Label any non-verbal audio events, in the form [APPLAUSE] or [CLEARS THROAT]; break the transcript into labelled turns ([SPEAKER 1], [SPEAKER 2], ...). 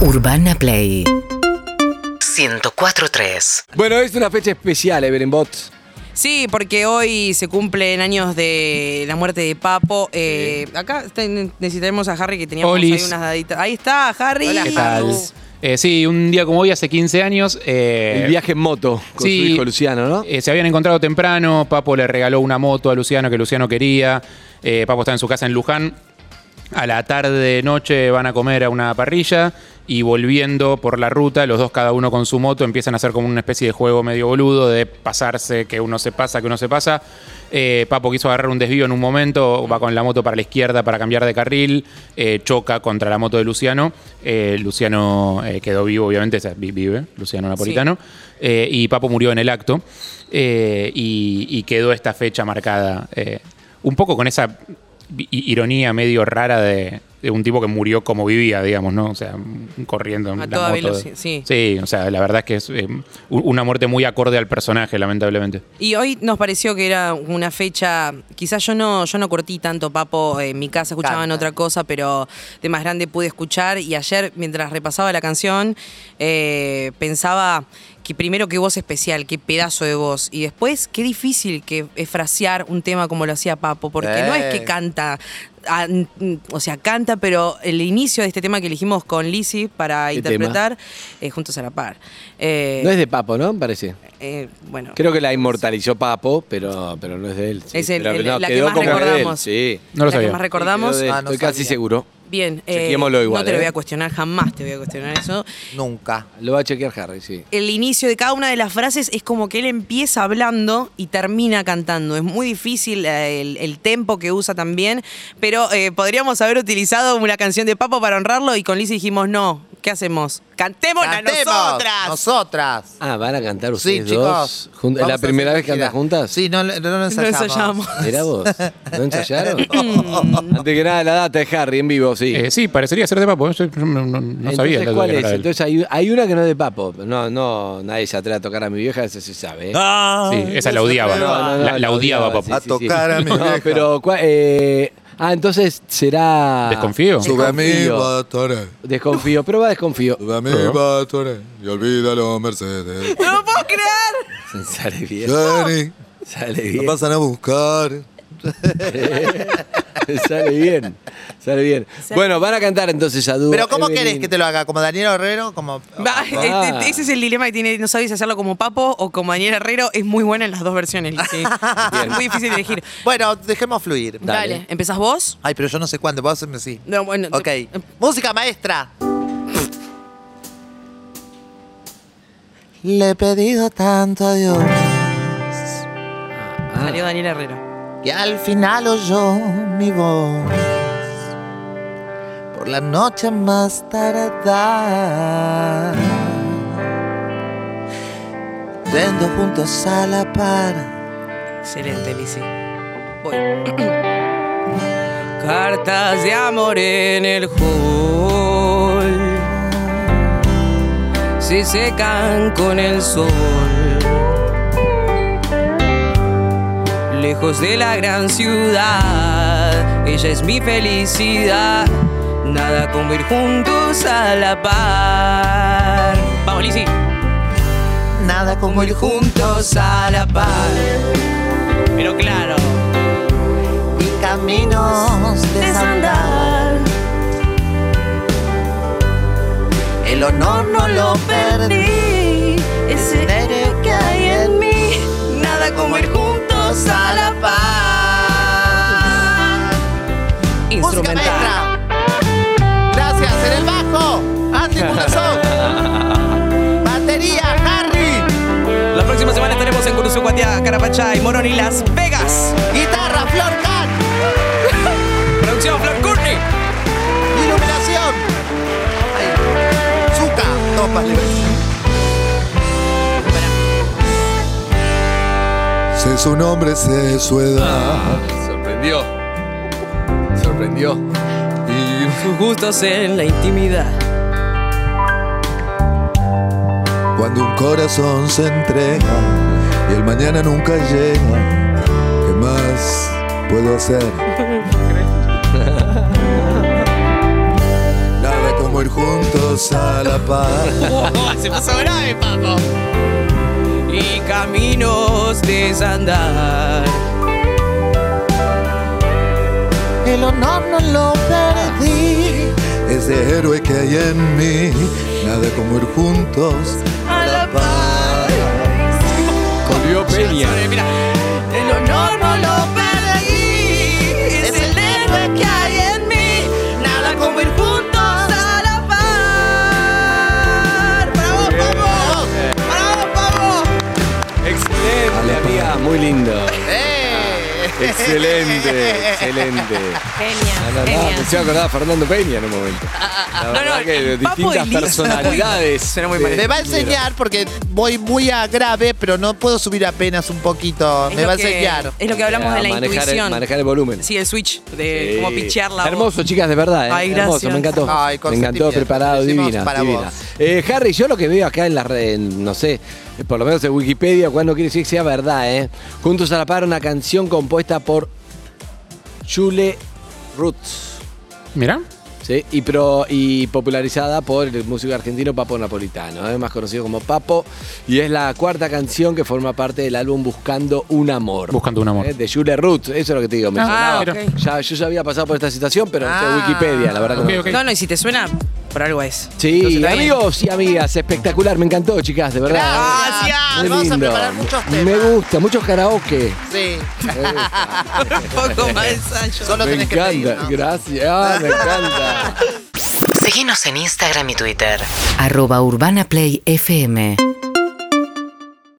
[SPEAKER 1] Urbana Play 104.3
[SPEAKER 2] Bueno, es una fecha especial, Everenbot.
[SPEAKER 3] Sí, porque hoy se cumplen años de la muerte de Papo. Eh, acá ten- necesitaremos a Harry que teníamos ahí
[SPEAKER 4] Olis.
[SPEAKER 3] unas daditas. Ahí está, Harry.
[SPEAKER 2] ¿Qué tal?
[SPEAKER 4] Eh, sí, un día como hoy, hace 15 años. eh,
[SPEAKER 2] El viaje en moto con su
[SPEAKER 4] sí.
[SPEAKER 2] hijo Luciano, ¿no?
[SPEAKER 4] eh, se habían encontrado temprano. Papo le regaló una moto a Luciano que Luciano quería. eh, Papo está en su casa en Luján. A la tarde, noche, van a comer a una parrilla. Y volviendo por la ruta, los dos, cada uno con su moto, empiezan a hacer como una especie de juego medio boludo de pasarse, que uno se pasa, que uno se pasa. Eh, Papo quiso agarrar un desvío en un momento, va con la moto para la izquierda para cambiar de carril, eh, choca contra la moto de Luciano. Eh, Luciano eh, quedó vivo, obviamente, o sea, vi- vive, Luciano Napolitano. Eh, y Papo murió en el acto. Eh, y, y quedó esta fecha marcada. eh, un poco con esa i- ironía medio rara de, de un tipo que murió como vivía, digamos, ¿no? O sea, mm, corriendo en
[SPEAKER 3] A
[SPEAKER 4] la
[SPEAKER 3] toda
[SPEAKER 4] moto.
[SPEAKER 3] veloci- sí.
[SPEAKER 4] Sí, o sea, la verdad es que es eh, u- una muerte muy acorde al personaje, lamentablemente.
[SPEAKER 3] Y hoy nos pareció que era una fecha, quizás yo no, yo no cortí tanto Papo, en mi casa escuchaban
[SPEAKER 5] Canta.
[SPEAKER 3] otra cosa, pero de más grande pude escuchar y ayer mientras repasaba la canción eh, pensaba que primero qué voz especial, qué pedazo de voz y después qué difícil que es frasear un tema como lo hacía Papo, porque no
[SPEAKER 2] Eh.
[SPEAKER 3] es que canta, ah, mm, mm, o sea, canta, pero el inicio de este tema que elegimos con Lizzy para
[SPEAKER 2] ¿Qué tema?
[SPEAKER 3] interpretar, eh, juntos a la par. Eh,
[SPEAKER 2] No es de Papo, ¿no? Parece.
[SPEAKER 3] eh, bueno.
[SPEAKER 2] Creo que la inmortalizó Papo, pero, pero no es de él. sí.
[SPEAKER 3] Es el-
[SPEAKER 2] Pero
[SPEAKER 3] el- la que
[SPEAKER 2] quedó
[SPEAKER 3] más
[SPEAKER 2] como de él,
[SPEAKER 3] recordamos.
[SPEAKER 2] Sí.
[SPEAKER 4] No
[SPEAKER 3] La
[SPEAKER 4] lo
[SPEAKER 3] que
[SPEAKER 4] sabía.
[SPEAKER 3] más recordamos.
[SPEAKER 2] Sí, quedó de él.
[SPEAKER 5] Ah, no
[SPEAKER 2] Estoy casi
[SPEAKER 5] sabía.
[SPEAKER 2] seguro.
[SPEAKER 3] Bien,
[SPEAKER 2] Chequeémoslo igual,
[SPEAKER 3] no te lo
[SPEAKER 2] ¿eh?
[SPEAKER 3] voy a cuestionar, jamás te voy a cuestionar eso.
[SPEAKER 5] Nunca.
[SPEAKER 2] Lo va a chequear Harry, sí.
[SPEAKER 3] El inicio de cada una de las frases es como que él empieza hablando y termina cantando. Es muy difícil eh, el, el tempo que usa también, pero eh, podríamos haber utilizado una canción de Papo para honrarlo y con Liz dijimos, no, ¿qué hacemos? ¡Cantemos
[SPEAKER 5] ¡Cantemos!
[SPEAKER 3] nosotras!
[SPEAKER 5] ¡Nosotras!
[SPEAKER 2] Ah, ¿van a cantar
[SPEAKER 5] Sí,
[SPEAKER 2] ustedes
[SPEAKER 5] chicos.
[SPEAKER 2] dos? jun- ¿Es
[SPEAKER 5] Vamos
[SPEAKER 2] ¿La
[SPEAKER 5] a
[SPEAKER 2] primera
[SPEAKER 5] hacer
[SPEAKER 2] vez que andan
[SPEAKER 5] gira.
[SPEAKER 2] juntas?
[SPEAKER 5] Sí, no, no, no lo
[SPEAKER 3] No
[SPEAKER 5] ensayamos.
[SPEAKER 3] ensayamos.
[SPEAKER 2] Mirá vos. ¿No ensayaron? Antes que nada, la data de Harry en vivo, sí.
[SPEAKER 4] Eh, sí, parecería ser de Papo. Yo yo no, no- no sabía.
[SPEAKER 2] Entonces,
[SPEAKER 4] la-
[SPEAKER 2] ¿cuál
[SPEAKER 4] que
[SPEAKER 2] es?
[SPEAKER 4] era él.
[SPEAKER 2] Entonces hay, hay una que no es de Papo. No, no, nadie se atreve a tocar a mi vieja, eso se sabe. ¿eh?
[SPEAKER 4] sí, esa la odiaba.
[SPEAKER 2] No, no, no,
[SPEAKER 4] la, la odiaba, Papo.
[SPEAKER 5] sí. A tocar a mi
[SPEAKER 2] [LAUGHS] No,
[SPEAKER 5] vieja.
[SPEAKER 2] pero, ¿cuál- eh, ah, entonces será...
[SPEAKER 4] Desconfío.
[SPEAKER 6] Sube a mí,
[SPEAKER 2] Desconfío.
[SPEAKER 6] Batoré.
[SPEAKER 2] Desconfío, prueba desconfío. [LAUGHS]
[SPEAKER 6] Sube a mí, Batoré. Y olvídalo, Mercedes.
[SPEAKER 3] [LAUGHS] ¡No lo puedo creer!
[SPEAKER 2] Sale bien,
[SPEAKER 6] Jenny,
[SPEAKER 2] sale
[SPEAKER 6] me
[SPEAKER 2] bien,
[SPEAKER 6] pasan a buscar.
[SPEAKER 2] [LAUGHS] sale bien, sale bien. Bueno, van a cantar entonces a dúo.
[SPEAKER 5] Pero ¿cómo
[SPEAKER 2] Evelyn.
[SPEAKER 5] querés que te lo haga? ¿Como Daniel Herrero? ¿Como
[SPEAKER 3] Va,
[SPEAKER 2] Ah.
[SPEAKER 3] este- ese es el dilema que tiene, no sabes hacerlo como Papo o como Daniel Herrero. Es muy buena en las dos versiones, Lizzy. Es muy difícil elegir.
[SPEAKER 5] Bueno, dejemos fluir.
[SPEAKER 3] Dale. ¿Empezás vos?
[SPEAKER 5] Ay, pero yo no sé cuándo. Vos hacerme así.
[SPEAKER 3] No, bueno.
[SPEAKER 5] Ok. Música maestra. Le he pedido tanto a Dios
[SPEAKER 3] Salió Daniel Herrero.
[SPEAKER 5] que al final oyó mi voz. Por la noche más tardar. Yendo juntos a la par.
[SPEAKER 3] Excelente, Lizzy. Ah. Voy. [CLEARS THROAT] Cartas de amor en el hall. Se secan con el sol. Lejos de la gran ciudad, ella es mi felicidad. Nada como ir juntos a la par. Vamos, Lizzy.
[SPEAKER 5] Nada como
[SPEAKER 3] Como ir
[SPEAKER 5] el
[SPEAKER 3] juntos a la par. Pero claro.
[SPEAKER 5] y caminos desandar. El honor no lo perdí, ese aire que hay en mí, nada como ir juntos a la par. Música
[SPEAKER 3] Instrumental.
[SPEAKER 5] maestra. Gracias, en el bajo, Andy
[SPEAKER 3] [LAUGHS]
[SPEAKER 5] Punazón. Batería, Harry.
[SPEAKER 3] La próxima semana estaremos en Curuzú, Cuatiá, Carapachay, Morón y Las Vegas.
[SPEAKER 5] Guitarra, Flor Kahn.
[SPEAKER 3] Producción Flor Courtney.
[SPEAKER 5] Iluminación. Ay, Zuka, topas libres.
[SPEAKER 6] Sé su nombre, sé su edad.
[SPEAKER 2] Ah, Sorprendió, sorprendió.
[SPEAKER 6] Y
[SPEAKER 3] Sus gustos en la intimidad.
[SPEAKER 6] cuando un corazón se entrega y el mañana nunca llega, ¿qué más
[SPEAKER 2] [LAUGHS]
[SPEAKER 6] puedo hacer? Nada como ir comer juntos a la paz.
[SPEAKER 5] Se pasó grave, papo. Y caminos desandar. El honor no lo perdí.
[SPEAKER 6] Ese héroe que hay en mí, nada como ir juntos a la paz.
[SPEAKER 2] Corrió Peña.
[SPEAKER 5] Mira, el honor no lo perdí. Es el héroe que hay en mí. Nada como ir juntos a la par. ¡Bravo, Pablo! ¡Bravo, Pablo!
[SPEAKER 2] Excelente, amiga, muy lindo.
[SPEAKER 1] ¡Eh!
[SPEAKER 3] [LAUGHS]
[SPEAKER 2] Excelente, excelente. No, no,
[SPEAKER 3] Genial,
[SPEAKER 2] no, me
[SPEAKER 3] genial.
[SPEAKER 2] estoy acordando a Fernando Peña en un momento. pues La verdad
[SPEAKER 3] no,
[SPEAKER 2] que de
[SPEAKER 3] el Papo
[SPEAKER 2] distintas
[SPEAKER 3] es lindo.
[SPEAKER 2] personalidades.
[SPEAKER 3] Suena muy
[SPEAKER 2] de-
[SPEAKER 3] parecido.
[SPEAKER 1] Me va a enseñar porque voy muy a grave, pero no puedo subir apenas un poquito.
[SPEAKER 3] Es
[SPEAKER 1] Me
[SPEAKER 3] lo
[SPEAKER 1] va a
[SPEAKER 3] que-
[SPEAKER 1] enseñar.
[SPEAKER 3] Es lo que hablamos de la
[SPEAKER 2] manejar
[SPEAKER 3] intuición.
[SPEAKER 2] El, manejar el volumen.
[SPEAKER 3] Sí, el switch de
[SPEAKER 2] Sí.
[SPEAKER 3] cómo pichear la voz.
[SPEAKER 2] Hermoso, chicas, de verdad. ¿eh?
[SPEAKER 3] Ay,
[SPEAKER 2] Hermoso,
[SPEAKER 3] gracias.
[SPEAKER 2] me encantó.
[SPEAKER 1] Ay, con
[SPEAKER 2] me encantó,
[SPEAKER 1] sentimiento.
[SPEAKER 2] preparado,
[SPEAKER 1] Lo hicimos
[SPEAKER 2] divina.
[SPEAKER 1] para
[SPEAKER 2] divina.
[SPEAKER 1] vos.
[SPEAKER 2] Eh, Harry, yo lo que veo acá en la red, en, no sé, eh, por lo menos en Wikipedia, cuando quiere decir que sea verdad, ¿eh? Juntos a la par, una canción compuesta por Chule Roots.
[SPEAKER 4] Mirá.
[SPEAKER 2] ¿Sí? Y, pro- y popularizada por el músico argentino Papo Napolitano, ¿eh? más conocido como Papo, y es la cuarta canción que forma parte del álbum Buscando un Amor.
[SPEAKER 4] Buscando un amor.
[SPEAKER 2] ¿eh? De Julie Roots, eso es lo que te digo. me
[SPEAKER 3] Ah,
[SPEAKER 2] sonaba.
[SPEAKER 3] ok.
[SPEAKER 2] Ya- yo ya había pasado por esta situación, pero no sé,
[SPEAKER 1] Ah.
[SPEAKER 2] Wikipedia, la verdad. que no.
[SPEAKER 4] Ok, ok.
[SPEAKER 3] No, no, y si te suena, por algo es.
[SPEAKER 2] Sí,
[SPEAKER 3] Entonces,
[SPEAKER 2] amigos y amigas, espectacular, me encantó, chicas, de verdad.
[SPEAKER 1] Gracias,
[SPEAKER 2] Muy
[SPEAKER 1] vamos a
[SPEAKER 2] lindo.
[SPEAKER 1] preparar muchos temas.
[SPEAKER 2] Me gusta,
[SPEAKER 1] [LAUGHS]
[SPEAKER 2] muchos karaoke.
[SPEAKER 1] Sí.
[SPEAKER 3] [LAUGHS] Un poco más de ensayo.
[SPEAKER 1] Solo
[SPEAKER 2] me
[SPEAKER 1] tenés
[SPEAKER 2] encanta,
[SPEAKER 1] que pedir, ¿no?
[SPEAKER 2] gracias, ah, me encanta.
[SPEAKER 7] Síguenos en Instagram y Twitter.
[SPEAKER 8] arroba urbanaplayfm